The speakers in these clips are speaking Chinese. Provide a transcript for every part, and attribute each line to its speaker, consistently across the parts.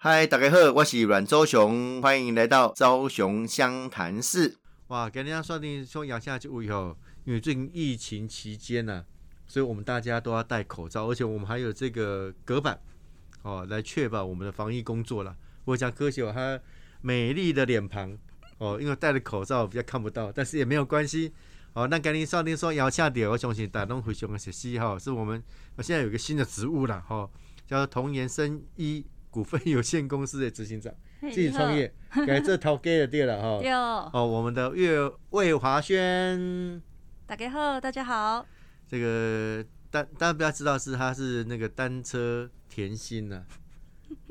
Speaker 1: 嗨，大家好，我是阮周雄，欢迎来到昭雄湘潭市。
Speaker 2: 哇，给人家算定说养下去以后，因为最近疫情期间呢、所以我们大家都要戴口罩，而且我们还有这个隔板哦，来确保我们的防疫工作啦。我讲科学有它哦美丽的脸庞哦，因为戴了口罩比较看不到，但是也没有关系。哦，那赶紧上天说摇下哦点，我相信打动回熊的学习哈，是我们我现在有一个新的职务啦，哈、哦，叫做童研生医股份有限公司的执行长，
Speaker 3: 嘿
Speaker 2: 自己创， 业，改这头给的店了哈。
Speaker 3: 你好对哦，
Speaker 2: 哦，我们的岳魏华轩，
Speaker 3: 大家好，大家好，
Speaker 2: 这个单大家不要知道是他是那个单车甜心 呐、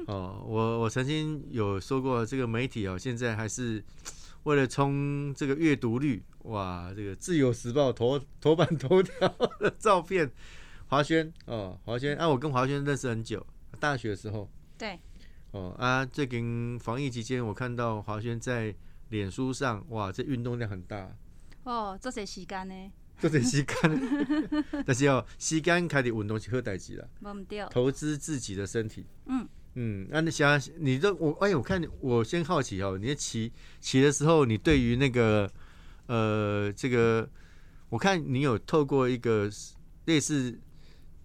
Speaker 2: 哦，我我曾经有说过，这个媒体哦，现在还是为了冲这个阅读率，哇，这个《自由时报头》头版头条的照片，哦华轩哦，华轩啊，我跟华轩认识很久，大学的时候。
Speaker 3: 对，
Speaker 2: 哦啊，最近防疫期间，我看到华轩在脸书上，哇，这运动量很大，
Speaker 3: 哦，做些时间呢，
Speaker 2: 都得时间，但是哦，时间开始运动是好代志啦，
Speaker 3: 无毋对，
Speaker 2: 投资自己的身体。
Speaker 3: 哦嗯
Speaker 2: 嗯，那、你想，你都我哎，我看你我先好奇哦，你在骑骑的时候，你对于那个呃这个，我看你有透过一个类似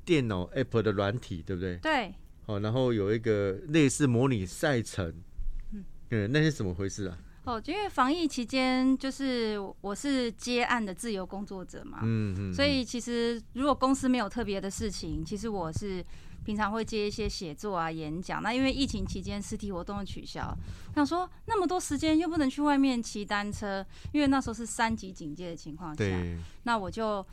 Speaker 2: 电脑 app 的软体，对不对？
Speaker 3: 对，
Speaker 2: 好、然后有一个类似模拟赛程，
Speaker 3: 嗯
Speaker 2: 嗯，那是怎么回事啊？
Speaker 3: 哦，因为防疫期间，就是我是接案的自由工作者嘛，
Speaker 2: 嗯嗯，
Speaker 3: 所以其实如果公司没有特别的事情，其实我是平常会接一些写作啊、演讲。那因为疫情期间实体活动的取消，想说那么多时间又不能去外面骑单车，因为那时候是三级警戒的情况下，
Speaker 2: 对，
Speaker 3: 那我就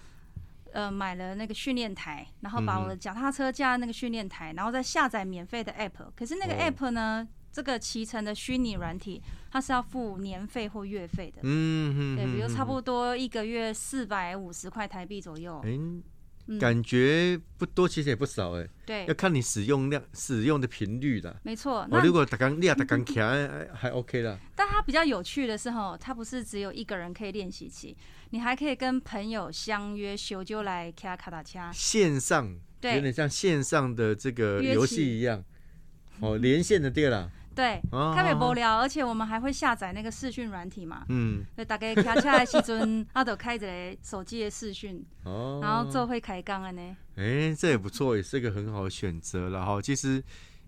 Speaker 3: 呃买了那个训练台，然
Speaker 2: 嗯
Speaker 3: 后把我的脚踏车架在那个训练台，然后再下载免费的 app。可是那个
Speaker 2: 哦
Speaker 3: app 呢，这个骑乘的虚拟软体，它是要付年费或月费的。
Speaker 2: 嗯嗯，
Speaker 3: 对，比如差
Speaker 2: 多。
Speaker 3: 不多一个月四百五十块台币左右。
Speaker 2: 哎、
Speaker 3: 嗯
Speaker 2: 感觉不多，其实也不少哎、要
Speaker 3: 对，
Speaker 2: 看你使用量、使用的频率啦。
Speaker 3: 没错。
Speaker 2: 哦，
Speaker 3: 那
Speaker 2: 如果打刚练、打刚强，哎还 OK 啦。
Speaker 3: 但它比较有趣的是，吼，它不是只有一个人可以练习骑，你还可以跟朋友相约修就来卡卡达掐。
Speaker 2: 线上有
Speaker 3: 啊对
Speaker 2: 点像线上的这个
Speaker 3: 约
Speaker 2: 游
Speaker 3: 起
Speaker 2: 戏一样，哦，连线的对啦。
Speaker 3: 对，
Speaker 2: 啊
Speaker 3: 特别无聊，而且我们还会下载那个视讯软体嘛。
Speaker 2: 嗯，
Speaker 3: 就大家骑车的 时阵，啊，就开一个手机的视讯，
Speaker 2: 哦，
Speaker 3: 然后做会开杠的呢。
Speaker 2: 哎、这也不错，也是个很好的选择啦。哈。其实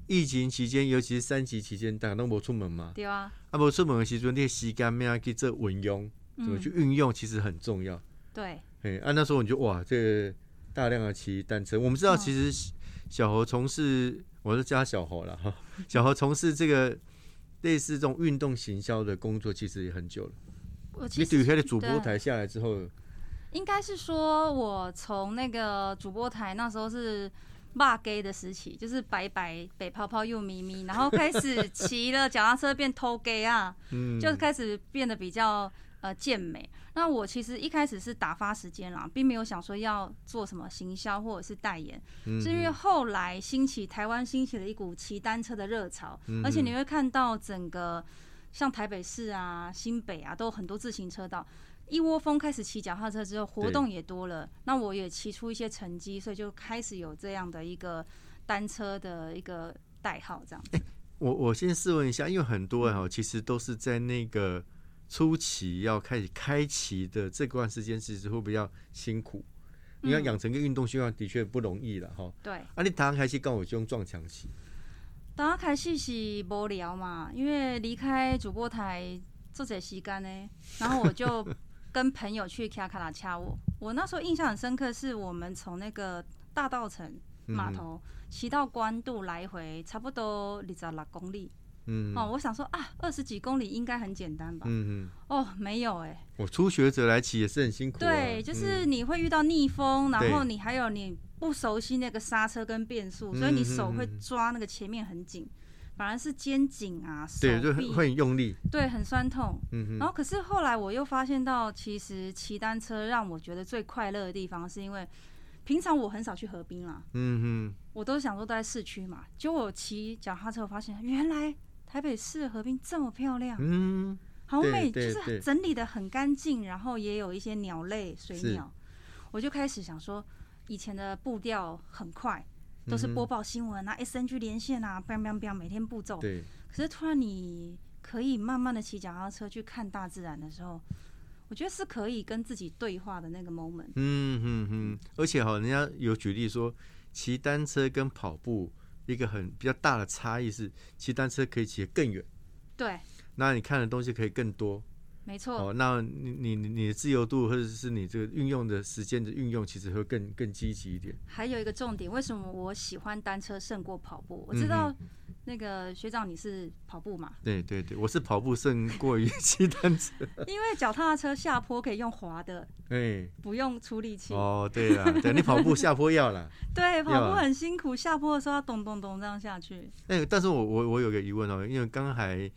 Speaker 2: 疫情期间，尤其是三级期间，大家都没出门嘛，
Speaker 3: 对啊，
Speaker 2: 啊，无出门的时阵，你的时间咩去做运用，怎么去
Speaker 3: 嗯，
Speaker 2: 运用，其实很重要。
Speaker 3: 对，
Speaker 2: 哎、啊，那时候你就哇，这个大量的骑单车。我们知道，
Speaker 3: 嗯
Speaker 2: 其实小小猴从事，我就叫他小猴了哈。小猴从事这个类似这种运动行销的工作，其实也很久了。
Speaker 3: 我其
Speaker 2: 你对于
Speaker 3: 实
Speaker 2: 他的主播
Speaker 3: 对啊
Speaker 2: 台下来之后，
Speaker 3: 应该是说，我从那个主播台那时候是。骂 gay 的时期，就是白白北泡泡又咪咪，然后开始骑了脚踏车变偷 gay 啊，
Speaker 2: 嗯，
Speaker 3: 就开始变得比较呃健美。那我其实一开始是打发时间啦，并没有想说要做什么行销或者是代言，
Speaker 2: 嗯
Speaker 3: 是因为后来兴起台湾兴起了一股骑单车的热潮，
Speaker 2: 嗯
Speaker 3: 而且你会看到整个像台北市啊、新北啊，都有很多自行车道。一窝蜂开始骑脚踏车之后，活动也多了，那我也骑出一些成绩，所以就开始有这样的一个单车的一个代号，这样子。
Speaker 2: 我我先试问一下，因为很多人
Speaker 3: 嗯
Speaker 2: 哦，其实都是在那个初期要开始开骑的这段时间，其实会比较辛苦。你要
Speaker 3: 嗯
Speaker 2: 养成一个运动习惯，的确不容易了哈。
Speaker 3: 对，
Speaker 2: 啊，你打开去跟我就用撞墙骑，
Speaker 3: 打开始是无聊嘛，因为离开主播台做些时间呢，然后 我就跟朋友去卡卡拉掐我。我那时候印象很深刻，是我们从那个大道城
Speaker 2: 嗯
Speaker 3: 码头骑到关渡来回，差不多二十六公里。
Speaker 2: 嗯，
Speaker 3: 哦，我想说啊，二十几公里应该很简单吧？
Speaker 2: 嗯嗯，
Speaker 3: 哦，没有哎、
Speaker 2: 我初学者来骑也是很辛苦、啊。
Speaker 3: 对，就是
Speaker 2: 嗯
Speaker 3: 你会遇到逆风，
Speaker 2: 对
Speaker 3: 然后你还有你不熟悉那个刹车跟变速，所以你手
Speaker 2: 嗯
Speaker 3: 会抓那个前面很紧，反而是肩颈啊、手
Speaker 2: 对，就
Speaker 3: 臂
Speaker 2: 很会很用力。
Speaker 3: 对很酸痛。
Speaker 2: 嗯
Speaker 3: 然
Speaker 2: 哼，
Speaker 3: 后可是后来我又发现到，其实骑单车让我觉得最快乐的地方，是因为平常我很少去河滨啦，
Speaker 2: 嗯
Speaker 3: 我都想说都在市区嘛。结果我骑脚踏车，我发现原来台北市的河滨这么漂亮
Speaker 2: 哼，，嗯，
Speaker 3: 好
Speaker 2: 对
Speaker 3: 美，就
Speaker 2: 对对
Speaker 3: 是整理的很干净，然后也有一些鸟类、水
Speaker 2: 是
Speaker 3: 鸟。我就开始想说，以前的步调很快，都是
Speaker 2: 嗯
Speaker 3: 播报新闻啊、s N G 连线啊，bang bang bang，每天步骤。
Speaker 2: 对，
Speaker 3: 可是突然你可以慢慢的骑脚踏车去看大自然的时候，我觉得是可以跟自己对话的那个 moment。
Speaker 2: 嗯嗯嗯，而且哈，人家有举例说，骑单车跟跑步一个很比较大的差异是，骑单车可以骑得更远，
Speaker 3: 对，
Speaker 2: 那你看的东西可以更多
Speaker 3: 没错，
Speaker 2: 哦，那你你你你的自由度或者是你这个运用的时间的运用，其实会更更积极一点。
Speaker 3: 还有一个重点，为什么我喜欢单车胜过跑步？
Speaker 2: 嗯
Speaker 3: 我知道那个学长你是跑步嘛，
Speaker 2: 对对对，我是跑步胜过于 骑单车。
Speaker 3: 因为脚踏车下坡可以用滑的，
Speaker 2: 哎，
Speaker 3: 不用出力气。
Speaker 2: 哦，对了，对你跑步下坡要了。
Speaker 3: 对，跑步
Speaker 2: 啊
Speaker 3: 很辛苦，下坡的时候要咚咚咚这样下去。
Speaker 2: 哎、但是我我我有个疑问哦，因为刚才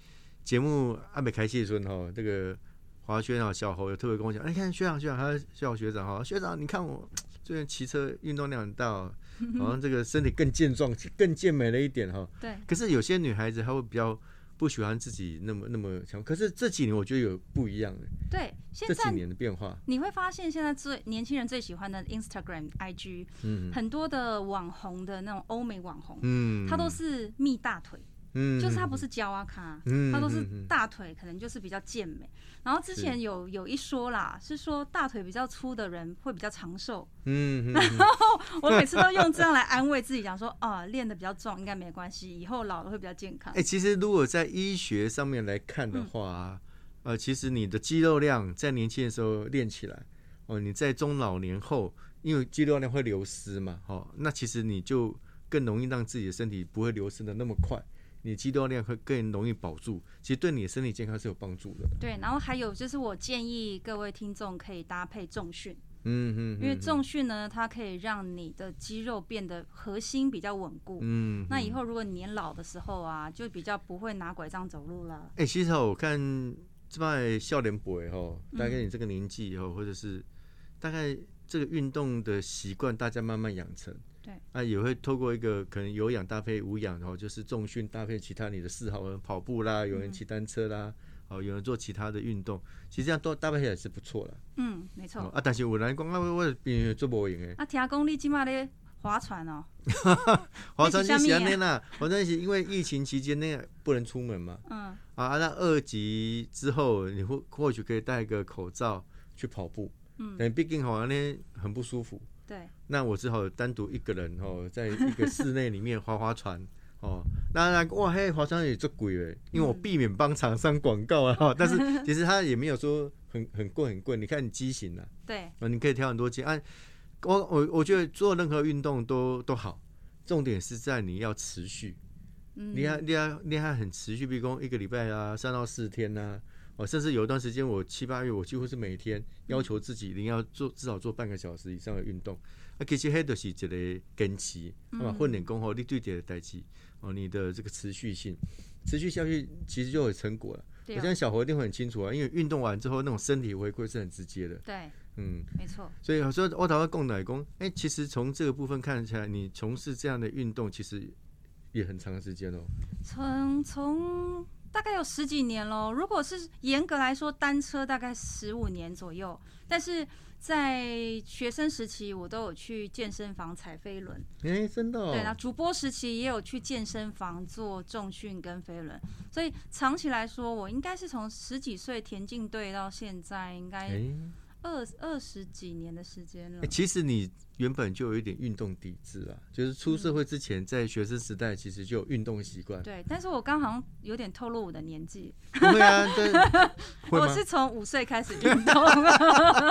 Speaker 2: 节目还没开戏的时候哦，这个华轩啊小侯有特别跟我讲，哎、你看学长学长，他学长学长哈，学长你看我最近骑车运动量很大、哦，好像这个身体更健壮、更健美了一点哈、哦
Speaker 3: 对，
Speaker 2: 可是有些女孩子她会比较不喜欢自己那么那么强，可是这几年我觉得有不一样的，
Speaker 3: 对，现
Speaker 2: 这几
Speaker 3: 在
Speaker 2: 年的变化，
Speaker 3: 你会发现，现在最年轻人最喜欢的 Instagram、IG，、
Speaker 2: 嗯
Speaker 3: 很多的网红的那种欧美网红，
Speaker 2: 嗯，
Speaker 3: 他都是蜜大腿，
Speaker 2: 嗯，
Speaker 3: 就是他不是胶啊咖，
Speaker 2: 嗯
Speaker 3: 他都是
Speaker 2: 嗯嗯
Speaker 3: 大腿，可能就是比较健美。然后之前有有一说啦，是说大腿比较粗的人会比较长寿。
Speaker 2: 嗯，嗯嗯
Speaker 3: 我每次都用这样来安慰自己，讲说啊，练的比较壮应该没关系，以后老了会比较健康
Speaker 2: 哎、。其实如果在医学上面来看的话啊、呃，其实你的肌肉量在年轻的时候练起来，哦，你在中老年后，因为肌肉量会流失嘛，哦，那其实你就更容易让自己的身体不会流失的那么快，你肌肉量会更容易保住，其实对你的身体健康是有帮助的。
Speaker 3: 对，然后还有就是，我建议各位听众可以搭配重训，
Speaker 2: 嗯嗯，
Speaker 3: 因为重训呢，它可以让你的肌肉变得核心比较稳固。
Speaker 2: 嗯，
Speaker 3: 那以后如果你年老的时候啊，就比较不会拿拐杖走路了。
Speaker 2: 哎、其实哦我看这帮笑脸 boy 哈，
Speaker 3: 嗯
Speaker 2: 大概你这个年纪以后，或者是大概这个运动的习惯，大家慢慢养成。
Speaker 3: 对，
Speaker 2: 那、也会透过一个可能有氧搭配无氧，然后就是重训搭配其他你的嗜好，有人跑步
Speaker 3: 嗯
Speaker 2: 啦，有人骑单车啦，哦、有人做其他的运动，其实这样都搭配起来是不错啦。
Speaker 3: 嗯，没错
Speaker 2: 哦。啊，但是有人讲啊，我我并做无用的，
Speaker 3: 啊，听讲你即马咧划船哦，
Speaker 2: 华山就是安
Speaker 3: 你
Speaker 2: 尼
Speaker 3: 是
Speaker 2: 啦，华山是因为疫情期间那个不能出门嘛，
Speaker 3: 嗯，
Speaker 2: 啊，那二级之后，你或或许可以戴个口罩去跑步，嗯，但毕竟好像那很不舒服。
Speaker 3: 对，
Speaker 2: 那我只好单独一个人哦，在一个室内里面划划船 哦。那那哇嘿，划船也做鬼了，因为我避免帮厂商广告啊。但 是其实它也没有说很很贵很贵，你看你机型啊，
Speaker 3: 对，
Speaker 2: 啊，你可以挑很多机啊。我我我觉得做任何运动都都好，重点是在你要持续。
Speaker 3: 嗯，
Speaker 2: 厉害厉害厉害，很持续，比如说一个礼拜啊，三到四天呐、哦，甚至有一段时间，我七八月，我几乎是每天要求自己一定要做至少做半个小时以上的运动。啊，其实黑就是一个啊根基，那
Speaker 3: 嗯
Speaker 2: 么混点功后，你对这个代志哦，你的这个持续性，持续下去其实就有成果了。我
Speaker 3: 对
Speaker 2: 相
Speaker 3: 哦
Speaker 2: 信小侯一定会很清楚啊，因为运动完之后那种身体回馈是很直接的，
Speaker 3: 对，
Speaker 2: 嗯。
Speaker 3: 没错，
Speaker 2: 所以我说我讨论供奶工，哎、其实从这个部分看起来，你从事这样的运动其实也很长的时间哦。
Speaker 3: 从从大概有十几年喽。如果是严格来说，单车大概十五年左右，但是在学生时期，我都有去健身房踩飞轮，
Speaker 2: 哎、真的、哦。
Speaker 3: 对，那主播时期也有去健身房做重训跟飞轮，所以长期来说，我应该是从十几岁田径队到现在，应
Speaker 2: 哎、
Speaker 3: 该二二十几年的时间了
Speaker 2: 欸。其实你原本就有一点运动底子啊，就是出社会之前，在学生时代其实就有运动习惯。
Speaker 3: 对，但是我刚好像有点透露我的年纪，
Speaker 2: 不会啊， 但会
Speaker 3: 我
Speaker 2: 吗？
Speaker 3: 是从五岁开始运动。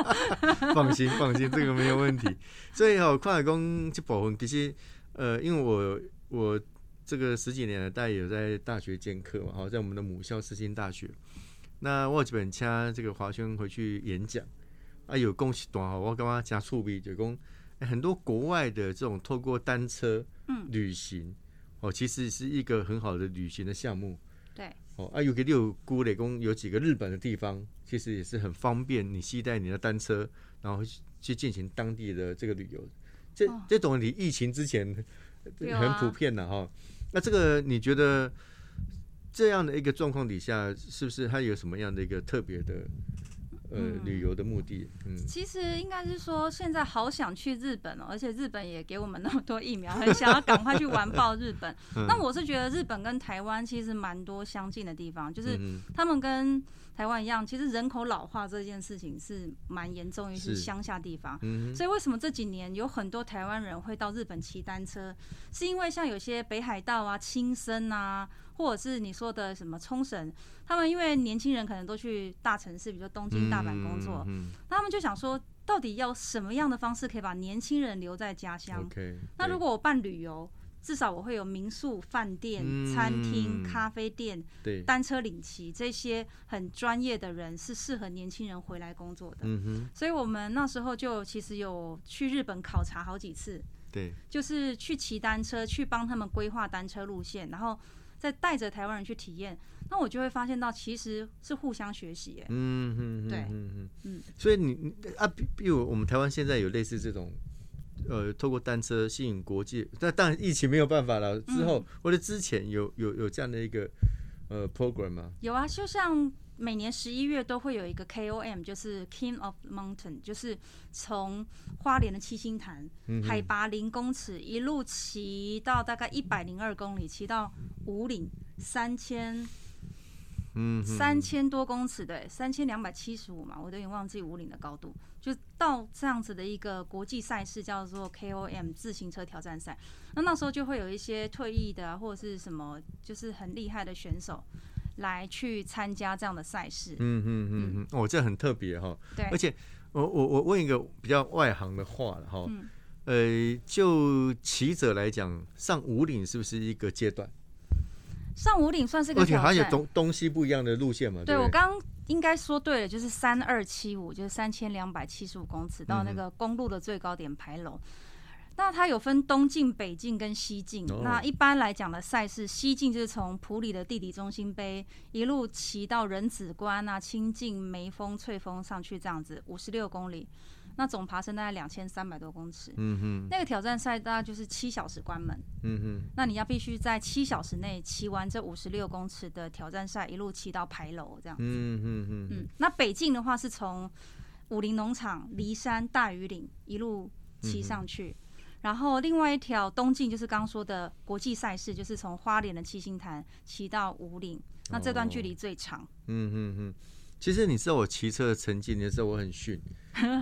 Speaker 2: 放心，放心，这个没有问题。所以哦，快工这部分其实，呃，因为我我这个十几年来，大概有在大学兼课嘛，哦好，在我们的母校世新大学。那我有一本请这个华轩回去演讲，啊，有恭喜段哈，我感觉加触笔，就讲、哎很多国外的这种透过单车
Speaker 3: 嗯
Speaker 2: 旅行，哦，其实是一个很好的旅行的项目。
Speaker 3: 对，
Speaker 2: 哦，啊，有个六姑雷公有几个日本的地方，其实也是很方便，你携带你的单车，然后去去进行当地的这个旅游。这、
Speaker 3: 哦
Speaker 2: 这种你疫情之前
Speaker 3: 对
Speaker 2: 很
Speaker 3: 啊
Speaker 2: 普遍的哈、那这个你觉得这样的一个状况底下，是不是它有什么样的一个特别的呃、旅游的目的。嗯，
Speaker 3: 其实应该是说，现在好想去日本哦，而且日本也给我们那么多疫苗，很想要赶快去完爆日 本。
Speaker 2: 嗯
Speaker 3: 那我是觉得日本跟台湾其实蛮多相近的地方，就是
Speaker 2: 嗯
Speaker 3: 他们跟台湾一样，其实人口老化这件事情是蛮严重，尤其是
Speaker 2: 是
Speaker 3: 乡下地方。
Speaker 2: 嗯
Speaker 3: 所以为什么这几年有很多台湾人会到日本骑单车？是因为像有些北海道啊、青森啊，或者是你说的什么冲绳，他们因为年轻人可能都去大城市，比如说东京、大阪工作，
Speaker 2: 嗯
Speaker 3: 那他们就想说，到底要什么样的方式可以把年轻人留在家乡？
Speaker 2: OK。
Speaker 3: 那如果我办旅游，至少我会有民宿、饭店、餐厅、
Speaker 2: 嗯
Speaker 3: 咖啡店、
Speaker 2: 对，
Speaker 3: 单车领骑这些很专业的人，是适合年轻人回来工作的。
Speaker 2: 嗯哼，
Speaker 3: 所以我们那时候就其实有去日本考察好几次，
Speaker 2: 对，
Speaker 3: 就是去骑单车，去帮他们规划单车路线，然后再带着台湾人去体验。那我就会发现到其实是互相学习耶，
Speaker 2: 嗯哼，
Speaker 3: 对
Speaker 2: 嗯哼
Speaker 3: 嗯
Speaker 2: 嗯，所以你你啊，比比如我们台湾现在有类似这种。呃，透过单车吸引国际，那当然疫情没有办法了。
Speaker 3: 嗯
Speaker 2: 之后、或者之前有有有这样的一个呃 program 吗？
Speaker 3: 有啊，就像每年十一月都会有一个 KOM，就是 King of Mountain，就是从花莲的七星潭、
Speaker 2: 嗯
Speaker 3: 海拔零公尺一路骑到大概一百零二公里，骑到五岭三千。
Speaker 2: 嗯
Speaker 3: 三千多公尺，对，三千两百七十五嘛，我都已经忘记五岭的高度，就到这样子的一个国际赛事叫做 KOM 自行车挑战赛。那那时候就会有一些退役的、啊、或者是什么，就是很厉害的选手来去参加这样的赛事。
Speaker 2: 嗯嗯嗯嗯，哦，这很特别哈、
Speaker 3: 对
Speaker 2: 而，且我我我问一个比较外行的话了哈，
Speaker 3: 嗯
Speaker 2: 呃，就骑者来讲，上五岭是不是一个阶段？
Speaker 3: 上五岭算是个
Speaker 2: 而且
Speaker 3: 挑
Speaker 2: 好像有
Speaker 3: 战。
Speaker 2: 东东西不一样的路线嘛，
Speaker 3: 对
Speaker 2: 不
Speaker 3: 我刚刚应该说对了，就是三二七五，就是三千两百七十五公尺到那
Speaker 2: 嗯哼
Speaker 3: 个公路的最高点牌楼。那它有分东进、北进跟西进。
Speaker 2: 哦
Speaker 3: 那一般来讲的赛事，西进就是从普里的地理中心杯一路骑到仁子关啊、清境、梅峰、翠峰上去，这样子五十六公里。那总爬升大概两千三百多公尺。
Speaker 2: 嗯哼，
Speaker 3: 那个挑战赛大概就是七小时关门。
Speaker 2: 嗯哼，
Speaker 3: 那你要必须在七小时内骑完这五十六公尺的挑战赛，一路骑到牌楼这样。
Speaker 2: 嗯哼嗯哼，
Speaker 3: 嗯，那北进的话是从武林农场、骊山、大余岭一路骑
Speaker 2: 嗯
Speaker 3: 上去，然后另外一条东进就是刚刚说的国际赛事，就是从花莲的七星潭骑到五岭，那这段距离最长。
Speaker 2: 嗯哼哼。其实你知道我骑车的成绩，你也知道我很 逊，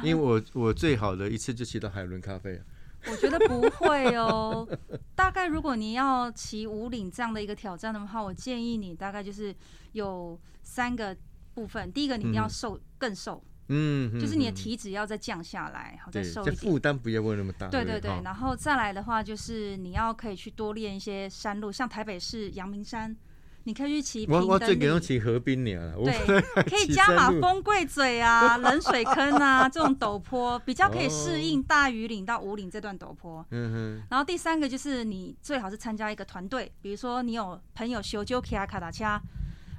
Speaker 2: 因为我我最好的一次就骑到海伦咖啡啊，
Speaker 3: 我觉得不会哦，大概如果你要骑五岭这样的一个挑战的话，我建议你大概就是有三个部分，第一个你一定要
Speaker 2: 嗯
Speaker 3: 瘦，更瘦，
Speaker 2: 嗯哼
Speaker 3: 就是你的
Speaker 2: 哼
Speaker 3: 体脂要再降下来，好再
Speaker 2: 对，
Speaker 3: 瘦
Speaker 2: 这
Speaker 3: 一点。
Speaker 2: 负担不要那么大，
Speaker 3: 对
Speaker 2: 对不
Speaker 3: 对对，
Speaker 2: 哈
Speaker 3: 然后再来的话，就是你要可以去多练一些山路，像台北市阳明山，你可以去骑平
Speaker 2: 我我最给
Speaker 3: 等
Speaker 2: 用
Speaker 3: 里，
Speaker 2: 骑河滨鸟了，我
Speaker 3: 对，可以
Speaker 2: 骑
Speaker 3: 加
Speaker 2: 山
Speaker 3: 码
Speaker 2: 路
Speaker 3: 风贵嘴 啊、冷水坑啊这种陡坡，比较可以适应大余岭到五岭这段陡坡。
Speaker 2: 哦嗯
Speaker 3: 然后第三个就是你最好是参加一个团队，比如说你有朋友修修卡卡达掐，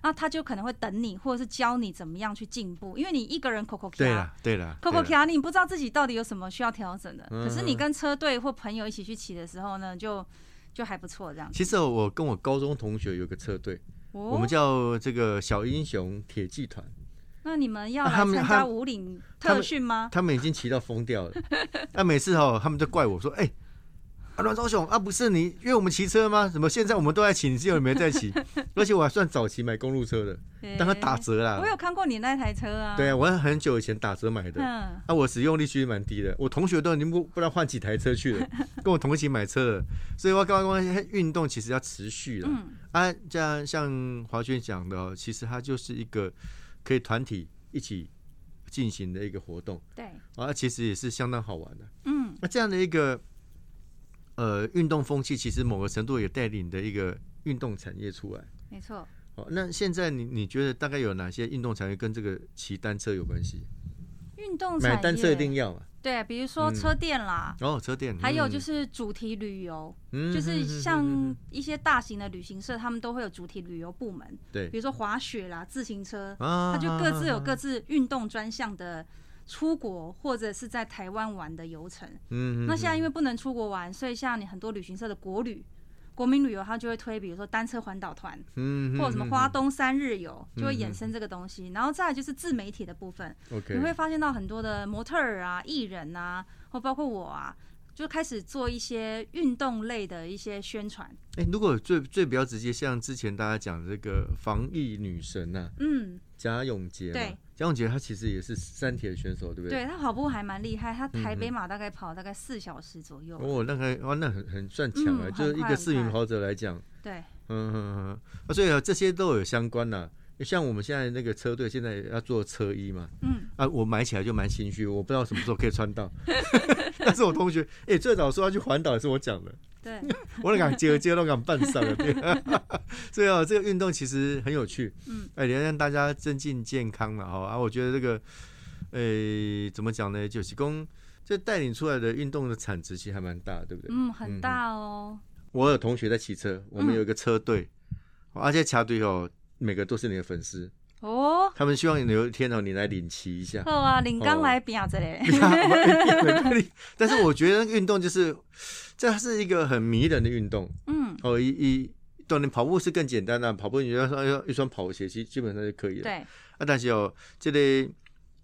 Speaker 3: 那他就可能会等你，或者是教你怎么样去进步，因为你一个人口口
Speaker 2: 哼，对
Speaker 3: 卡。
Speaker 2: 啦对啦
Speaker 3: c o c o
Speaker 2: 对啦啊
Speaker 3: Kia，你不知道自己到底有什么需要调整的。
Speaker 2: 嗯
Speaker 3: 可是你跟车队或朋友一起去骑的时候呢，就就还不错这样。
Speaker 2: 其实我跟我高中同学有个车队，我
Speaker 3: 哦
Speaker 2: 们，叫这个小英雄铁骑团，
Speaker 3: 那你们要
Speaker 2: 啊他
Speaker 3: 来
Speaker 2: 们
Speaker 3: 参
Speaker 2: 他
Speaker 3: 加
Speaker 2: 们
Speaker 3: 五岭
Speaker 2: 他
Speaker 3: 特
Speaker 2: 们
Speaker 3: 训吗？
Speaker 2: 他们已经骑到疯掉了。那每次哦，他们就怪我说：“哎、啊，阮昭雄啊，不是你约我们骑车吗？怎么现在我们都在骑，你只有你没在骑？ 而且我还算早期买公路车的，但它打
Speaker 3: 诶
Speaker 2: 折啦
Speaker 3: 哎我。有看过你那台车啊。
Speaker 2: 啊对啊，我很久以前打折买的。
Speaker 3: 嗯，
Speaker 2: 啊，我使用率其实蛮低的，我同学都已经不不知道换几台车 去了，跟我同期买车了，所以我刚刚说运动其实要持续了。
Speaker 3: 嗯
Speaker 2: 啊，这样像华轩讲的、哦，其实它就是一个可以团体一起进行的一个活动
Speaker 3: 对，
Speaker 2: 啊，其实也是相当好玩的。
Speaker 3: 嗯，
Speaker 2: 那、这样的一个呃运动风气，其实某个程度也带领的一个运动产业出来。
Speaker 3: 没错。
Speaker 2: 好、那现在你你觉得大概有哪些运动产业跟这个骑单车有关系？
Speaker 3: 运动产
Speaker 2: 买
Speaker 3: 业
Speaker 2: 单车一定要嘛？
Speaker 3: 对，啊比如说
Speaker 2: 嗯
Speaker 3: 车店啦，
Speaker 2: 哦，车店，
Speaker 3: 还有
Speaker 2: 嗯
Speaker 3: 就是主题旅游，
Speaker 2: 嗯
Speaker 3: 就是
Speaker 2: 哼哼
Speaker 3: 像
Speaker 2: 哼
Speaker 3: 一些大型的旅行社，他们都会有主题旅游部门，
Speaker 2: 对
Speaker 3: 比如说滑雪啦、自行车，
Speaker 2: 啊
Speaker 3: 它就各自有各
Speaker 2: 自
Speaker 3: 自运动专项的出国或者是在台湾玩的游程。
Speaker 2: 嗯
Speaker 3: 那现在因
Speaker 2: 为
Speaker 3: 为不能出国玩，所以像你很多旅行社的国旅国民旅游它就会推，比如说单车环岛团，
Speaker 2: 嗯，
Speaker 3: 或者什么
Speaker 2: 嗯
Speaker 3: 花东三日游，就会
Speaker 2: 嗯
Speaker 3: 衍生这个东西。然后再来就是自媒体的部分，
Speaker 2: 嗯，OK，
Speaker 3: 你会发现到很多的模特儿啊、艺人啊，或包括我啊，就开始做一些运动类的一些宣传。
Speaker 2: 哎、如果最最比较直接，像之前大家讲这个防疫女神呐、啊，
Speaker 3: 嗯，
Speaker 2: 贾永杰嘛，
Speaker 3: 对
Speaker 2: 贾永杰她其实也是三铁选手，对不对？
Speaker 3: 对他跑步还蛮厉害，他台北马大概跑大概四小时左右。
Speaker 2: 哦，那个哇，那很很算强啊，
Speaker 3: 嗯
Speaker 2: 就是
Speaker 3: 很
Speaker 2: 一
Speaker 3: 快
Speaker 2: 个四名
Speaker 3: 很快
Speaker 2: 跑者来讲，
Speaker 3: 对，
Speaker 2: 嗯嗯嗯，啊，所以啊，这些都有相关呐、像我们现在那个车队，现在要做车衣嘛，
Speaker 3: 嗯，
Speaker 2: 啊，我买起来就蛮心虚，我不知道什么时候可以穿到。 但是我同学，哎、最早说要去环岛也是我讲的，
Speaker 3: 对，
Speaker 2: 我都敢接接都敢办上了。对 所以啊，这个运动其实很有趣，
Speaker 3: 嗯，
Speaker 2: 哎、也让大家增进健康了哈。啊，我觉得这个，呃、怎么讲呢？就是公这带领出来的运动的产值其实还蛮大，对不对？
Speaker 3: 嗯，很大哦。
Speaker 2: 我有同学在骑车，我们有一个车队，而且车队哦，每个都是你的粉丝，
Speaker 3: 哦，
Speaker 2: 他们希望有一天哦，你来领骑一 下。
Speaker 3: 好啊，林刚
Speaker 2: 哦
Speaker 3: 来拼这嘞。
Speaker 2: 但是我觉得那个运动就是，这是一个很迷人的运动
Speaker 3: 嗯，
Speaker 2: 哦。一一锻炼跑步是更简单的、跑步你要穿一双跑鞋，基基本上就可以了。
Speaker 3: 对，
Speaker 2: 啊，但是哦，这类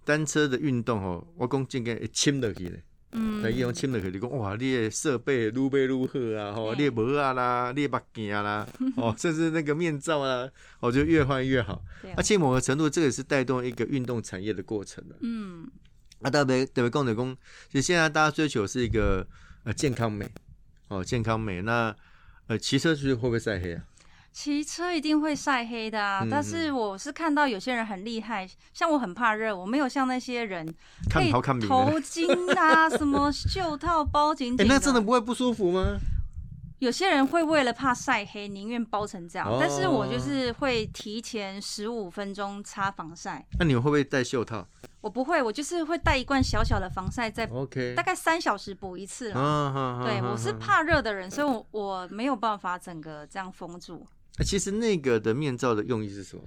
Speaker 2: 单车的运动哦，我讲真个深落去咧。
Speaker 3: 嗯
Speaker 2: 那，伊用深落去，你讲哇，你的设备愈买愈好啊，吼，
Speaker 3: 嘿
Speaker 2: 你的帽啊啦，你的目镜啊 啦，哦，甚至那个面罩啊，哦，就越换越好。
Speaker 3: 对哦
Speaker 2: 而且某个程度，这个也是带动一个运动产业的过程了。
Speaker 3: 嗯，
Speaker 2: 啊，特别特别讲的讲，就现在大家追求是一个呃健康美，哦，健康美。那呃，骑车去会不会晒黑啊？
Speaker 3: 骑车一定会晒黑的啊。
Speaker 2: 嗯
Speaker 3: 但是我是看到有些人很厉害，像我很怕热，我没有像那些人可
Speaker 2: 看
Speaker 3: 以
Speaker 2: 好看明
Speaker 3: 头
Speaker 2: 的。
Speaker 3: 巾啊、什么袖套包紧
Speaker 2: 哎、
Speaker 3: 紧。
Speaker 2: 那真的不会不舒服吗？
Speaker 3: 有些人会为了怕晒黑，宁愿包成这样，
Speaker 2: 哦
Speaker 3: 但是我就是会提前十五分钟擦防晒。
Speaker 2: 那你们会不会戴袖套
Speaker 3: 我不会，我就是会带一罐小小的防晒，在
Speaker 2: ？OK
Speaker 3: 大。概三小时补一次啦。
Speaker 2: 啊哈
Speaker 3: 对，我是。
Speaker 2: 哈哈
Speaker 3: 怕热的人，所以我我没有办法整个这样封住。
Speaker 2: 哈哎其实那个的面罩的用意是什么？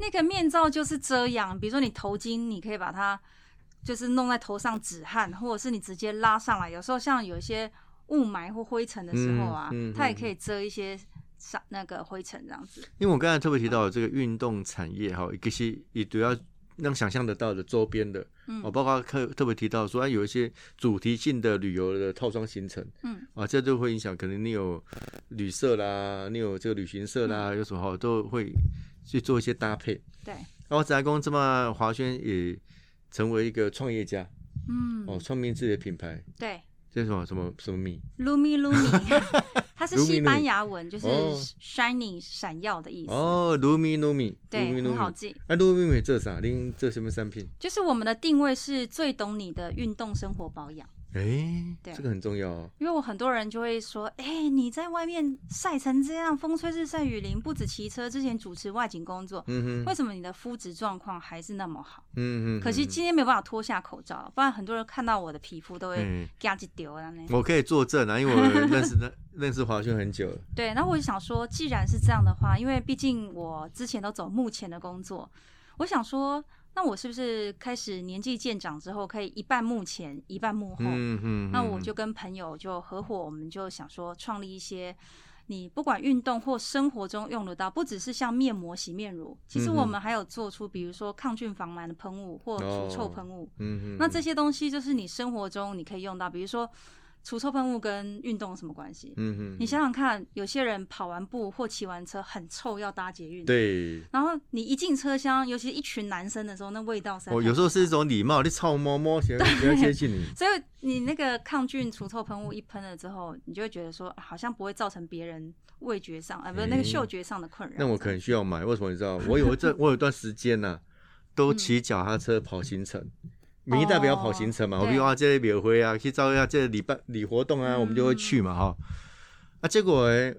Speaker 3: 那个面罩就是遮阳，比如说你头巾，你可以把它就是弄在头上止汗，或者是你直接拉上来。有时候像有一些雾霾或灰尘的时候啊，
Speaker 2: 嗯嗯
Speaker 3: 它也可以遮一些上那个灰尘这样子。
Speaker 2: 因为我刚才特别提到这个运动产业哈，一个是也主要能想象得到的周边的，
Speaker 3: 嗯
Speaker 2: 哦，包括特特别提到说、啊、有一些主题性的旅游的套装行程，
Speaker 3: 嗯，
Speaker 2: 啊，这就会影响，可能你有旅社啦，你有这个旅行社啦，有什么都会去做一些搭配。
Speaker 3: 嗯对，
Speaker 2: 然后宅工这么华轩也成为一个创业家
Speaker 3: 嗯，
Speaker 2: 哦，创立自己的品牌，
Speaker 3: 对
Speaker 2: 叫什么什么什么米，
Speaker 3: ，lumi lumi，它是
Speaker 2: Lumi
Speaker 3: 西班牙文，就是
Speaker 2: 哦
Speaker 3: shining 闪耀的意思。
Speaker 2: 哦，卢米卢米，卢
Speaker 3: 对，
Speaker 2: 米卢
Speaker 3: 很
Speaker 2: 米
Speaker 3: 好，记。
Speaker 2: 啊，卢米米这啥？您这什么产品？
Speaker 3: 就是我们的定位是最懂你的运动生活保养。
Speaker 2: 哎，
Speaker 3: 对
Speaker 2: 这个很重要哦。
Speaker 3: 因为我很多人就会说，哎、你在外面晒成这样，风吹日晒雨淋，不止骑车，之前主持外景工作，
Speaker 2: 嗯哼，
Speaker 3: 为什么你的肤质状况还是那么好？
Speaker 2: 嗯哼，
Speaker 3: 可惜
Speaker 2: 嗯
Speaker 3: 今天没有办法脱下口罩，不然很多人看到我的皮肤都会
Speaker 2: 哎，
Speaker 3: 嘎叽丢啊那。
Speaker 2: 我可以作证啊，因为我认识他 认识华轩很久了，
Speaker 3: 对，那我就想说，既然是这样的话，因为毕竟我之前都走幕前的工作，我想说，那我是不是开始年纪渐长之后，可以一半幕前，一半幕后？
Speaker 2: 嗯哼，
Speaker 3: 那我就跟朋友就合伙，我们就想说创立一些你不管运动或生活中用得到，不只是像面膜、洗面乳，其实
Speaker 2: 嗯哼
Speaker 3: 我们还有做出比如说抗菌防螨的喷雾或除臭喷雾。
Speaker 2: 嗯哼，
Speaker 3: 那这些东西就是你生活中你可以用到，比如说除臭喷雾跟运动有什么关系？
Speaker 2: 嗯哼，
Speaker 3: 你想想看，有些人跑完步或骑完车很臭，要搭捷运。
Speaker 2: 对。
Speaker 3: 然后你一进车厢，尤其是一群男生的时候，那味道实在
Speaker 2: 哦，
Speaker 3: 太
Speaker 2: 有时候是一
Speaker 3: 可怕
Speaker 2: 种礼貌，你臭摸摸，先不要接近你。
Speaker 3: 所以你那个抗菌除臭喷雾一喷了之后，你就会觉得说，啊好像不会造成别人味觉上，啊，不是那
Speaker 2: 诶
Speaker 3: 个嗅觉上的困扰。
Speaker 2: 那我可能需要买，为什么你知道？我有一阵，我有一段时间呐、都骑脚踏车跑行程。民意代表跑行程嘛，
Speaker 3: 哦
Speaker 2: 我比如啊，这里庙会啊，去照一下这个礼拜礼活动啊，
Speaker 3: 嗯
Speaker 2: 我们就会去嘛哈。啊，结果哎，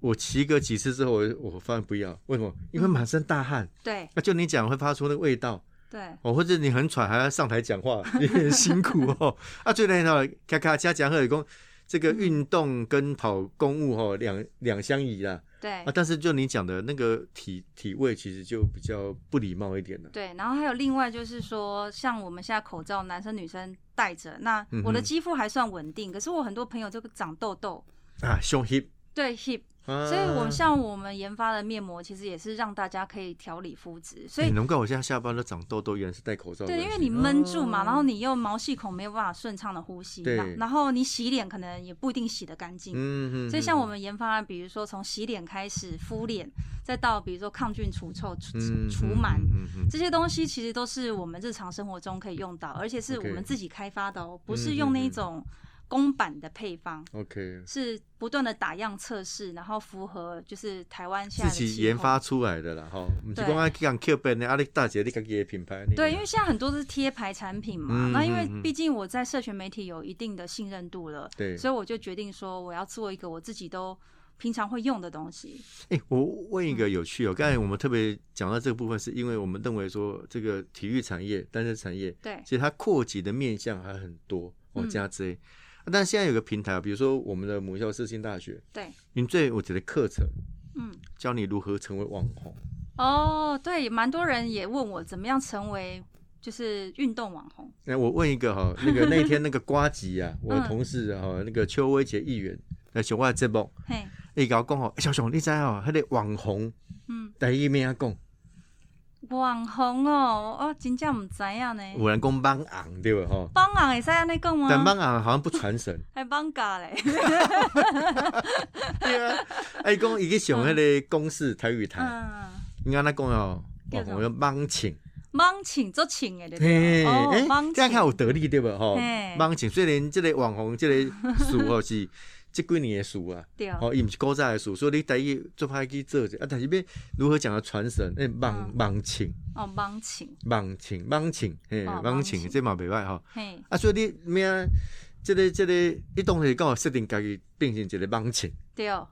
Speaker 2: 我骑个几次之后，我我发现不要，为什么？因为满身大汗，啊
Speaker 3: 对
Speaker 2: 那就你讲会发出那个味道
Speaker 3: 对，
Speaker 2: 哦，或者你很喘还要上台讲话，也很辛苦哦。 啊，最难的咔咔加讲和讲这个运动跟跑公务哦，两两相宜啦。
Speaker 3: 对
Speaker 2: 啊，但是就你讲的那个体体味，其实就比较不礼貌一点了、
Speaker 3: 对。然后还有另外就是说，像我们现在口罩，男生女生戴着，那
Speaker 2: 嗯哼
Speaker 3: 我的肌肤还算稳定，可是我很多朋友就长痘痘，
Speaker 2: 啊。胸 hip，
Speaker 3: 对 hip，
Speaker 2: 啊
Speaker 3: 所以我像我们研发的面膜，其实也是让大家可以调理肤质，所以
Speaker 2: 欸难怪我现在下巴都长痘痘，原来是戴口罩的关
Speaker 3: 对，
Speaker 2: 系。
Speaker 3: 因为你闷住嘛，然后你又毛细孔没有办法顺畅的呼吸，
Speaker 2: 嗯对
Speaker 3: 然然后你洗脸可能也不一定洗得干净。
Speaker 2: 嗯，嗯
Speaker 3: 所以，像我们研发，比如说从洗脸开始，敷脸，再到比如说抗菌除臭、除
Speaker 2: 嗯
Speaker 3: 除螨
Speaker 2: 嗯嗯嗯嗯
Speaker 3: 这些东西，其实都是我们日常生活中可以用到，而且是我
Speaker 2: OK
Speaker 3: 们自己开发的哦，不
Speaker 2: 嗯
Speaker 3: 是
Speaker 2: 嗯
Speaker 3: 用那
Speaker 2: 嗯
Speaker 3: 一种公版的配方，
Speaker 2: ，OK，
Speaker 3: 是不断的打样测试，然后符合就是台湾
Speaker 2: 自
Speaker 3: 现在的
Speaker 2: 己
Speaker 3: 气
Speaker 2: 研
Speaker 3: 候
Speaker 2: 发出来的啦，吼，不是
Speaker 3: 对
Speaker 2: 讲啊讲 Q 版的，啊你大姐你家己的品牌。你
Speaker 3: 对，因为现在很多都是贴牌产品嘛，
Speaker 2: 嗯
Speaker 3: 那因为
Speaker 2: 嗯嗯
Speaker 3: 毕竟我在社群媒体有一定的信任度了，
Speaker 2: 对
Speaker 3: 所以我就决定说我要做一个我自己都平常会用的东西。
Speaker 2: 哎、我问一个有趣哦，刚才我们特别讲到这个部分，是因为我们认为说这个体育产业、单车产业，
Speaker 3: 对
Speaker 2: 其实它扩及的面向还很多哦，
Speaker 3: 嗯
Speaker 2: 加之类。但现在有个平台，哦比如说我们的母校世新大学，
Speaker 3: 对，
Speaker 2: 你最我觉得课程
Speaker 3: 嗯，
Speaker 2: 教你如何成为网红，
Speaker 3: 哦，对，蛮多人也问我怎么样成为就是运动网红。
Speaker 2: 那我问一个 哈，那个那天那个瓜吉啊，我的
Speaker 3: 嗯
Speaker 2: 同事哈、那个邱威杰议员，那小外节目，
Speaker 3: 嘿，
Speaker 2: 伊甲我讲吼，欸小熊你知哦，迄、个网红
Speaker 3: 嗯，
Speaker 2: 第一名讲，
Speaker 3: 网红哦，哦，真正唔知影呢。
Speaker 2: 有人讲网红对吧吼，
Speaker 3: 帮人会使安尼讲
Speaker 2: 但
Speaker 3: 吗？
Speaker 2: 网红好像不传 神，
Speaker 3: 还帮假嘞？
Speaker 2: 对啊，啊伊讲伊去上迄个公视台语台，
Speaker 3: 嗯，
Speaker 2: 伊安那讲哦，
Speaker 3: 叫
Speaker 2: 网
Speaker 3: 什
Speaker 2: 红
Speaker 3: 么
Speaker 2: 叫网情，
Speaker 3: 帮请做请诶，对不
Speaker 2: 嘿，
Speaker 3: 对？哦
Speaker 2: 欸，这
Speaker 3: 帮请
Speaker 2: 样较有得力对吧吼
Speaker 3: 嘿，
Speaker 2: 网情虽然即个网红即个事吼是即几年的事 啊。
Speaker 3: 对，
Speaker 2: 哦，伊毋是古早的事，所以你第一做歹去做者，啊，但是要如何讲啊传神？诶、网
Speaker 3: 嗯
Speaker 2: 网情，
Speaker 3: 哦，帮请，
Speaker 2: 网情，网情，嘿，
Speaker 3: 哦
Speaker 2: 网
Speaker 3: 网
Speaker 2: 情，
Speaker 3: 情
Speaker 2: 这嘛袂歹吼。
Speaker 3: 嘿，
Speaker 2: 啊，所以你咩啊？即、个即、个，你当时讲设定家己变成一个网情，
Speaker 3: 对哦，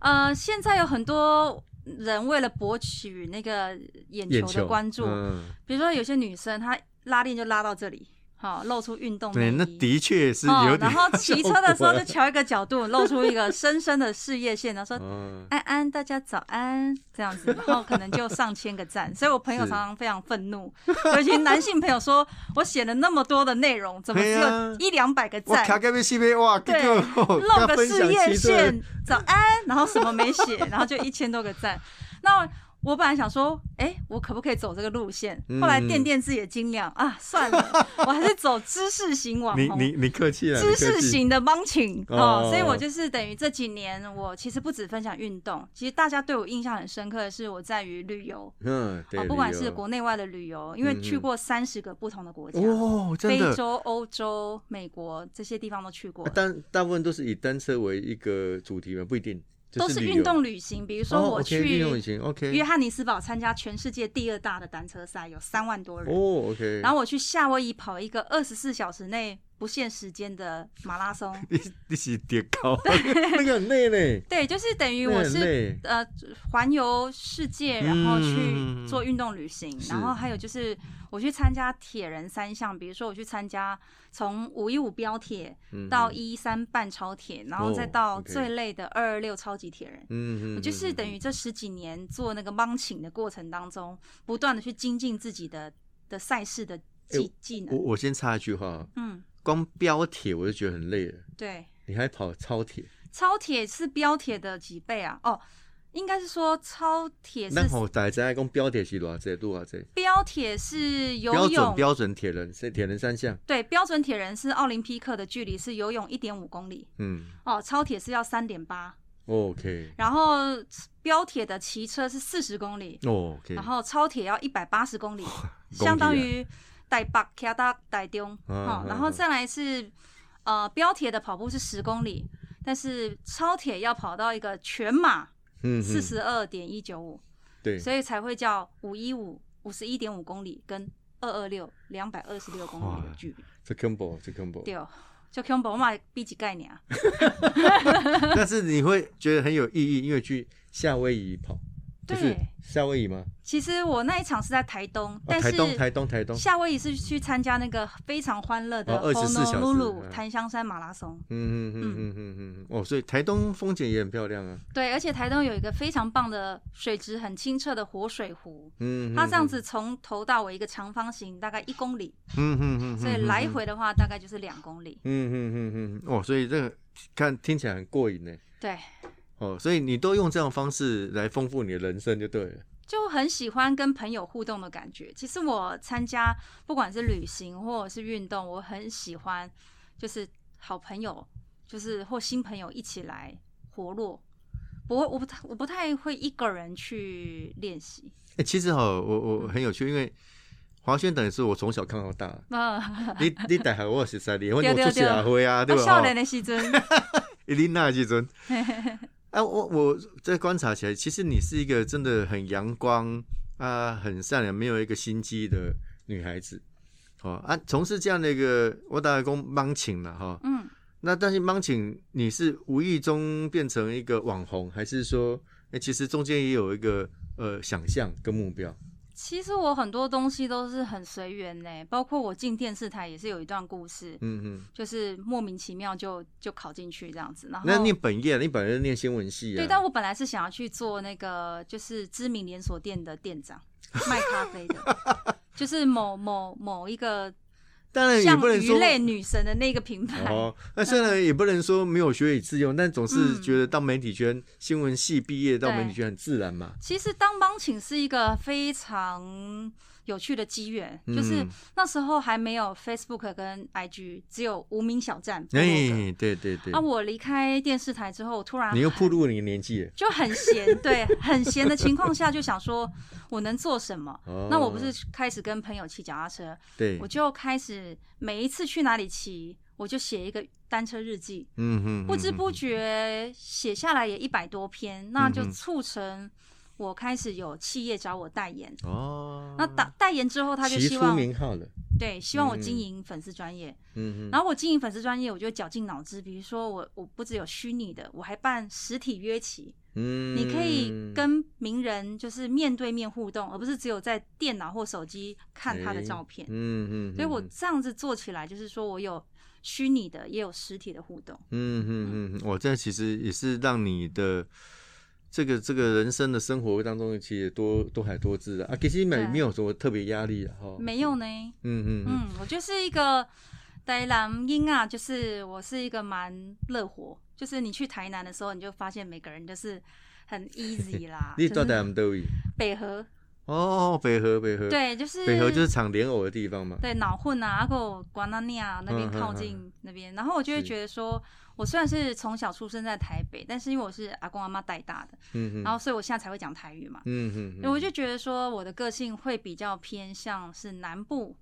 Speaker 3: 呃，现在有很多人为了博取那个眼
Speaker 2: 眼
Speaker 3: 球
Speaker 2: 球
Speaker 3: 的关注，
Speaker 2: 嗯，
Speaker 3: 比如说有些女生她拉链就拉到这里，好、露出运动内
Speaker 2: 对，
Speaker 3: 衣。
Speaker 2: 那的确是有
Speaker 3: 哦，
Speaker 2: 点、
Speaker 3: 然后骑车的时候就调 一个角度，露出一个深深的事业线，然后说
Speaker 2: 嗯，
Speaker 3: 安安，大家早安，这样子，然后可能就上千个赞。所以我朋友
Speaker 2: 是
Speaker 3: 常常非常愤怒，尤其男性朋友说，我写了那么多的内容，怎么只
Speaker 2: 对啊
Speaker 3: 有一两百个
Speaker 2: 我
Speaker 3: 赞？
Speaker 2: 卡个要死要哇，结
Speaker 3: 对
Speaker 2: 果
Speaker 3: 露个事业，
Speaker 2: 跟他分享其
Speaker 3: 线，早安，然后什么没写，然后就一千多个赞。那我本来想说，哎、我可不可以走这个路线？
Speaker 2: 嗯
Speaker 3: 后来垫垫自己的斤两啊，算了，我还是走知识型网
Speaker 2: 你
Speaker 3: 红。
Speaker 2: 你你客气了，
Speaker 3: 哦知
Speaker 2: 啊你客
Speaker 3: 识
Speaker 2: 气，
Speaker 3: 型的帮请
Speaker 2: 哦
Speaker 3: 哦，所以我就是等于这几年，我其实不只分享运动，其实大家对我印象很深刻的是我在于旅游，
Speaker 2: 嗯，对，
Speaker 3: 哦，不管
Speaker 2: 旅游
Speaker 3: 是国内外的旅游，因为
Speaker 2: 嗯
Speaker 3: 去
Speaker 2: 嗯
Speaker 3: 过三十个不同的国家，
Speaker 2: 哦，真
Speaker 3: 非
Speaker 2: 的，
Speaker 3: 洲、欧洲、美国这些地方都去过
Speaker 2: 啊。但大部分都是以单车为一个主题嘛，不一定，就
Speaker 3: 都
Speaker 2: 是
Speaker 3: 是
Speaker 2: 旅
Speaker 3: 运
Speaker 2: 游
Speaker 3: 动旅行，比如说
Speaker 2: 哦
Speaker 3: 我
Speaker 2: OK，运
Speaker 3: 去
Speaker 2: 动旅行，OK，
Speaker 3: 约翰尼斯堡参加全世界第二大的单车赛，有三万多人。
Speaker 2: 哦，OK，
Speaker 3: 然
Speaker 2: 后
Speaker 3: 后我去夏威夷跑一个二十四小时内不限时间的马拉松，
Speaker 2: 你你是跌 高， 那个很累嘞，
Speaker 3: 对，就是等于
Speaker 2: 那个
Speaker 3: 我
Speaker 2: 很
Speaker 3: 是
Speaker 2: 累，
Speaker 3: 呃环游世界，然后
Speaker 2: 嗯
Speaker 3: 去做运动旅行，
Speaker 2: 是
Speaker 3: 然后还有就是我去参加铁人三项，比如说我去参加从五一五标铁
Speaker 2: 嗯
Speaker 3: 到，一三半超铁，然后再
Speaker 2: 哦
Speaker 3: 到
Speaker 2: ，OK
Speaker 3: 最累的二二六超级铁人。
Speaker 2: 嗯
Speaker 3: 我就是等于这十几年做那个帮请的过程当中，不断的去精进自己的的赛事的技、技
Speaker 2: 哎我
Speaker 3: 能。
Speaker 2: 我先插一句话，
Speaker 3: 嗯，
Speaker 2: 光标铁我就觉得很累了，
Speaker 3: 对，
Speaker 2: 你还跑超铁，
Speaker 3: 超铁是标铁的几倍啊？哦，应该是说超铁是
Speaker 2: 那吼大家知道讲标铁是多少多少这
Speaker 3: 标铁是游
Speaker 2: 标准
Speaker 3: 泳，
Speaker 2: 标准铁人是铁人三项，
Speaker 3: 对，标准铁人是奥林匹克的距离是游泳一点五公里，
Speaker 2: 嗯
Speaker 3: 哦，超铁是要三点八，
Speaker 2: ，OK
Speaker 3: 然后标铁的骑车是四十公里，
Speaker 2: 哦 OK，
Speaker 3: 然后超铁要一百八十公里，
Speaker 2: 啊
Speaker 3: 相当于台北、台大、台中，
Speaker 2: 嗯
Speaker 3: 哈、
Speaker 2: 嗯
Speaker 3: 然后
Speaker 2: 嗯
Speaker 3: 再来是呃标铁的跑步是十公里，但是超铁要跑到一个全马
Speaker 2: 嗯
Speaker 3: 四十二点一九五，
Speaker 2: 对，
Speaker 3: 所以才会叫五一五五十一点五公里跟二二六两百二十六公里的距离，
Speaker 2: 这 combo 这 combo，
Speaker 3: 对，啊就 combo 嘛比几概念啊，
Speaker 2: 但是你会觉得很有意义，因为去夏威夷跑，不是
Speaker 3: 对
Speaker 2: 夏威夷吗？
Speaker 3: 其实我那一场是在台东，
Speaker 2: 哦，
Speaker 3: 但
Speaker 2: 台
Speaker 3: 是
Speaker 2: 东，台东，台东。
Speaker 3: 夏威夷是去参加那个非常欢乐的
Speaker 2: 哦24小时
Speaker 3: Honolulu
Speaker 2: 嗯
Speaker 3: 檀香山马拉松。
Speaker 2: 嗯嗯嗯嗯嗯嗯嗯。哦，所以台东风景也很漂亮啊。
Speaker 3: 对，而且台东有一个非常棒的水质很清澈的活水湖，
Speaker 2: 嗯，
Speaker 3: 啊它这样
Speaker 2: 嗯，
Speaker 3: 子从头到尾一个长方形，大概一公里，
Speaker 2: 嗯嗯嗯，
Speaker 3: 所以来回的话大概就是两公里。
Speaker 2: 嗯嗯嗯嗯，哦，所以这个看听起来很过瘾呢。
Speaker 3: 对，
Speaker 2: 哦，所以你都用这样的方式来丰富你的人生就对了。
Speaker 3: 就很喜欢跟朋友互动的感觉。其实我参加不管是旅行或者是运动，我很喜欢，就是好朋友，就是或新朋友一起来活络。不会，我不太，我不太会一个人去练习。嗯
Speaker 2: 哎、其实哈，我我很有趣，因为华轩等于是我从小看到大的，
Speaker 3: 嗯，
Speaker 2: 你你大海我实在，你会
Speaker 3: 对
Speaker 2: 我
Speaker 3: 对
Speaker 2: 出社会啊，对
Speaker 3: 啊，少
Speaker 2: 吧？
Speaker 3: 年的时阵，
Speaker 2: 一定那时阵，啊，我我在观察起来，其实你是一个真的很阳光啊，很善良，没有一个心机的女孩子。哦啊，从事这样的一个，我打工忙请了哈。
Speaker 3: 嗯，
Speaker 2: 那但是忙请，你是无意中变成一个网红，还是说，哎、其实中间也有一个呃想象跟目标？
Speaker 3: 其实我很多东西都是很随缘呢，包括我进电视台也是有一段故事，
Speaker 2: 嗯嗯。
Speaker 3: 就是莫名其妙就就考进去这样子。然后
Speaker 2: 那念本业，你本来是念新闻系啊。
Speaker 3: 哦对，但我本来是想要去做那个就是知名连锁店的店长，卖咖啡的， 就是某某某一个
Speaker 2: 当哎然也
Speaker 3: 像
Speaker 2: 不能
Speaker 3: 鱼
Speaker 2: 说
Speaker 3: 类女神的那个品牌。
Speaker 2: 哦，那虽然也不能说没有学以致用，但总是
Speaker 3: 嗯
Speaker 2: 觉得到媒体圈、新闻系毕业到媒体圈很自然嘛。
Speaker 3: 其实当帮请是一个非常有趣的机缘，就是
Speaker 2: 嗯
Speaker 3: 那时候还没有 Facebook 跟 IG，只有无名小站部落格。
Speaker 2: 哎，对对对，
Speaker 3: 啊，我离开电视台之后，我突然
Speaker 2: 你又暴露你的年纪了。
Speaker 3: 就很闲，对，很闲的情况下就想说，我能做什么？
Speaker 2: 哦
Speaker 3: 那我不是开始跟朋友骑脚踏车，
Speaker 2: 对
Speaker 3: 我，就开始每一次去哪里骑，我就写一个单车日记，
Speaker 2: 嗯哼，
Speaker 3: 不知
Speaker 2: 嗯
Speaker 3: 不觉写下来也一百多篇，那
Speaker 2: 嗯
Speaker 3: 就
Speaker 2: 哼
Speaker 3: 促成我开始有企业找我代言。
Speaker 2: 哼哦，
Speaker 3: 那代代言之后，他就
Speaker 2: 其
Speaker 3: 希
Speaker 2: 出
Speaker 3: 望
Speaker 2: 名号了。
Speaker 3: 对，希望我
Speaker 2: 嗯
Speaker 3: 经营粉丝专业。
Speaker 2: 嗯哼，
Speaker 3: 然后我经营粉丝专业，我就绞尽脑汁，比如说我我不只有虚拟的，我还办实体约骑，
Speaker 2: 嗯，
Speaker 3: 你可以跟名人就是面对面互动，而不是只有在电脑或手机看他的
Speaker 2: 哎
Speaker 3: 照片。
Speaker 2: 嗯嗯，
Speaker 3: 所以我
Speaker 2: 嗯
Speaker 3: 这样子做起来，就是说我有虚拟的，也有实体的互动。
Speaker 2: 嗯嗯嗯，我这其实也是让你的这个这个人生的生活当中，其实也多多海多姿的啊，其实没
Speaker 3: 对
Speaker 2: 没有什么特别压力啊哈。
Speaker 3: 没有呢，
Speaker 2: 嗯嗯嗯，，
Speaker 3: 嗯，我就是一个台南音啊，就是我是一个蛮乐活，就是你去台南的时候，你就发现每个人就是很 easy 啦
Speaker 2: 你
Speaker 3: 就
Speaker 2: 到底
Speaker 3: 是
Speaker 2: 们都有？
Speaker 3: 北河，
Speaker 2: 哦，北河，北河，，
Speaker 3: 对，就是
Speaker 2: 北河就是产莲藕的地方嘛。
Speaker 3: 对脑混啊，阿狗瓜那尼亚那边
Speaker 2: 嗯嗯
Speaker 3: 靠
Speaker 2: 嗯
Speaker 3: 近那边，然后我就会
Speaker 2: 是
Speaker 3: 觉得说，我虽然是从小出生在台北，但是因为我是阿公阿妈带大的，
Speaker 2: 嗯
Speaker 3: 然
Speaker 2: 哼，
Speaker 3: 后所以我现在才会讲台语嘛，
Speaker 2: 嗯哼哼，
Speaker 3: 我就觉得说我的个性会比较偏向是南部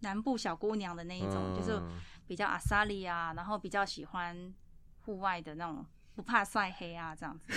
Speaker 3: 南部小姑娘的那一种，就是
Speaker 2: 啊
Speaker 3: 比较阿萨利啊，然后比较喜欢户外的那种，不怕晒黑啊这样子。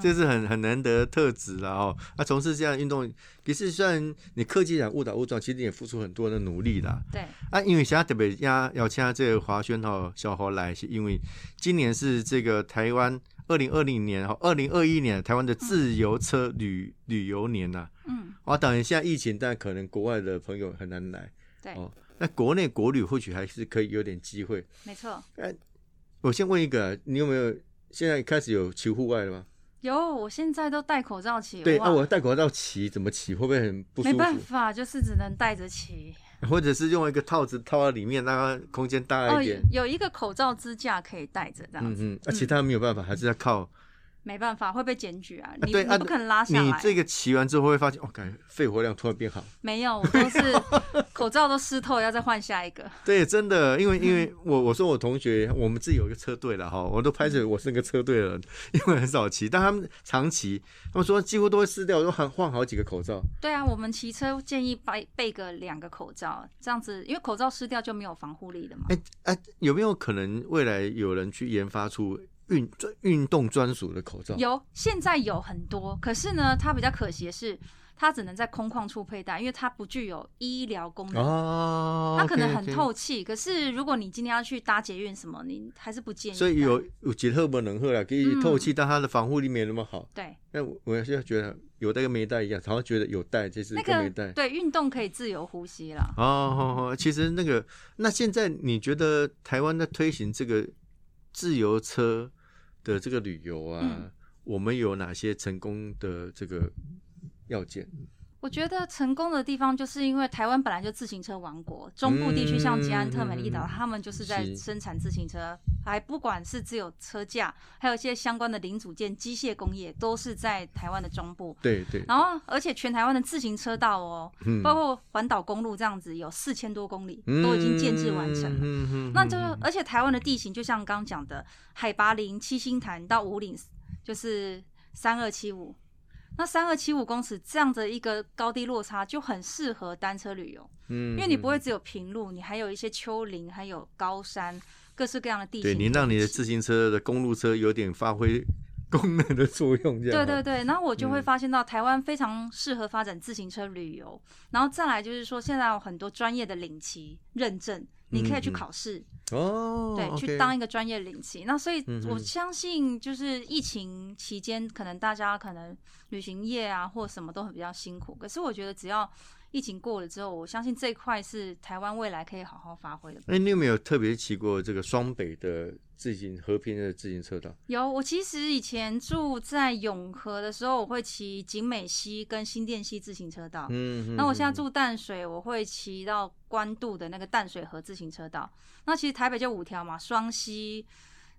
Speaker 2: 这是很很难得的特质啦哦。那从事这样的运动，其实虽然你客气讲误打误撞，其实你也付出很多的努力啦。
Speaker 3: 对，
Speaker 2: 啊，因为现在特别邀邀请这个华轩哦小侯来，是因为今年是这个台湾二零二零年哦，二零二一年台湾的自由车旅、旅游年呐、
Speaker 3: 嗯，
Speaker 2: 啊。当然现在疫情，但可能国外的朋友很难来
Speaker 3: 对，
Speaker 2: 哦。那国内国旅或许还是可以有点机会。
Speaker 3: 没错。
Speaker 2: 我先问一个啊，你有没有现在开始有骑户外了吗？
Speaker 3: 有，啊我现在都戴口罩骑。
Speaker 2: 对
Speaker 3: 哇
Speaker 2: 啊，我戴口罩骑怎么骑会不会很不舒
Speaker 3: 没
Speaker 2: 服？
Speaker 3: 办法，就是只能戴着骑。
Speaker 2: 或者是用一个套子套在里面，让它空间大
Speaker 3: 哦，
Speaker 2: 一点
Speaker 3: 有。有一个口罩支架可以戴着，这样
Speaker 2: 嗯
Speaker 3: 子、
Speaker 2: 嗯，啊，其他没有办法，还是要靠
Speaker 3: 没办法，会被检举啊！你、
Speaker 2: 对啊
Speaker 3: 你不肯拉下
Speaker 2: 你
Speaker 3: 来，
Speaker 2: 这个骑完之后会发现，哦，感觉肺活量突然变好。
Speaker 3: 没有，我都是口罩都湿透，要再换下一个。
Speaker 2: 对，真的，因为因
Speaker 3: 嗯
Speaker 2: 为我我说我同学，我们自己有一个车队了哈，我都拍着我是那个车队的人， 因为很少骑，但他们常骑，他们说几乎都会撕掉，都换换好几个口罩。
Speaker 3: 对啊，我们骑车建议备备个两个口罩，这样子，因为口罩湿掉就没有防护力了嘛。
Speaker 2: 哎哎，有没有可能未来有人去研发出运专运动专属的口罩？
Speaker 3: 有，现在有很多，可是呢，它比较可惜的是，它只能在空旷处佩戴，因为它不具有医疗功能。
Speaker 2: 哦，
Speaker 3: 它可能很
Speaker 2: OK，OK
Speaker 3: 透气可是如果你今天要去搭捷运什么，你还是不建议戴。
Speaker 2: 所以有有几特不能喝了，可以
Speaker 3: 嗯
Speaker 2: 透气，但它的防护力没那么好。
Speaker 3: 对
Speaker 2: 但我我现在觉得有戴跟没戴一样，常常觉得有戴就是
Speaker 3: 那
Speaker 2: 跟没
Speaker 3: 个
Speaker 2: 戴。
Speaker 3: 对运动可以自由呼吸了。
Speaker 2: 哦哦，哦其实那个，那现在你觉得台湾在推行这个自由车的这个旅游啊，
Speaker 3: 嗯
Speaker 2: 我们有哪些成功的这个要件？
Speaker 3: 我觉得成功的地方，就是因为台湾本来就自行车王国，中部地区像吉安特、美丽岛，
Speaker 2: 嗯
Speaker 3: 他们就是在
Speaker 2: 是
Speaker 3: 生产自行车，来不管是只有车架，还有一些相关的零组件、机械工业，都是在台湾的中部。
Speaker 2: 对对，
Speaker 3: 然后，而且全台湾的自行车道哦，
Speaker 2: 嗯
Speaker 3: 包括环岛公路这样子，有四千多公里，都已经建制完成了。
Speaker 2: 嗯
Speaker 3: 那就是，而且台湾的地形就像刚刚讲的，海拔零七星潭到五岭就是三二七五，那三二七五公尺这样的一个高低落差就很适合单车旅游，
Speaker 2: 嗯
Speaker 3: 因为你不会只有平路，你还有一些丘陵，还有高山，各式各样的地形
Speaker 2: 对
Speaker 3: 可以骑。
Speaker 2: 你让你的自行车的公路车有点发挥功能的作用，这样
Speaker 3: 对
Speaker 2: 哦
Speaker 3: 对对，然后我就会发现到台湾非常适合发展自行车旅游，然后再来就是说，现在有很多专业的领骑认证，你可以去
Speaker 2: 嗯嗯
Speaker 3: 考试，
Speaker 2: 哦，
Speaker 3: 对
Speaker 2: OK
Speaker 3: 去当一个专业领骑。那所以
Speaker 2: 嗯
Speaker 3: 我
Speaker 2: 嗯
Speaker 3: 相信，就是疫情期间，可能大家可能旅行业啊或什么都很比较辛苦，可是我觉得只要疫情过了之后，我相信这一块是台湾未来可以好好发挥的。
Speaker 2: 哎，你有没有特别骑过这个双北的自行和平的自行车道？
Speaker 3: 有，我其实以前住在永和的时候，我会骑景美溪跟新店溪自行车道。
Speaker 2: 嗯，
Speaker 3: 那我现在住淡水，我会骑到关渡的那个淡水河自行车道。那其实台北就五条嘛，双溪、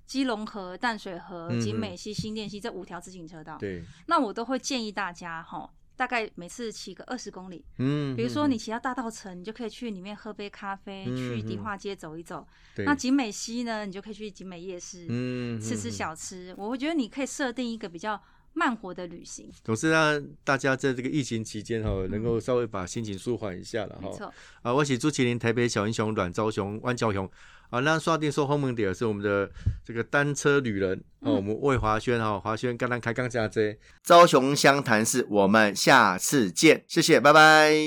Speaker 3: 基隆河、淡水河、
Speaker 2: 嗯
Speaker 3: 景美溪、新店溪这五条自行车道。
Speaker 2: 对，
Speaker 3: 那我都会建议大家哈，大概每次骑个二十公里。
Speaker 2: 嗯，
Speaker 3: 比如说你骑到大道城，你就可以去里面喝杯咖啡，
Speaker 2: 嗯
Speaker 3: 去迪
Speaker 2: 嗯
Speaker 3: 化街走一走。
Speaker 2: 对
Speaker 3: 那景美溪呢，你就可以去景美夜市、
Speaker 2: 嗯
Speaker 3: 吃吃。小吃。我会觉得你可以设定一个比较慢活的旅行，
Speaker 2: 总是让大家在这个疫情期间哈、能够稍微把心情舒缓一下了哈、
Speaker 3: 没错。
Speaker 2: 啊，我是朱麒麟，台北小英雄阮昭雄、万昭雄。啊，那刷定说后门点是我们的这个单车旅人哦、
Speaker 3: 嗯
Speaker 2: 我们魏华轩哈，华轩刚刚开杠加这。
Speaker 1: 朝雄湘潭市，我们下次见，谢谢，拜拜。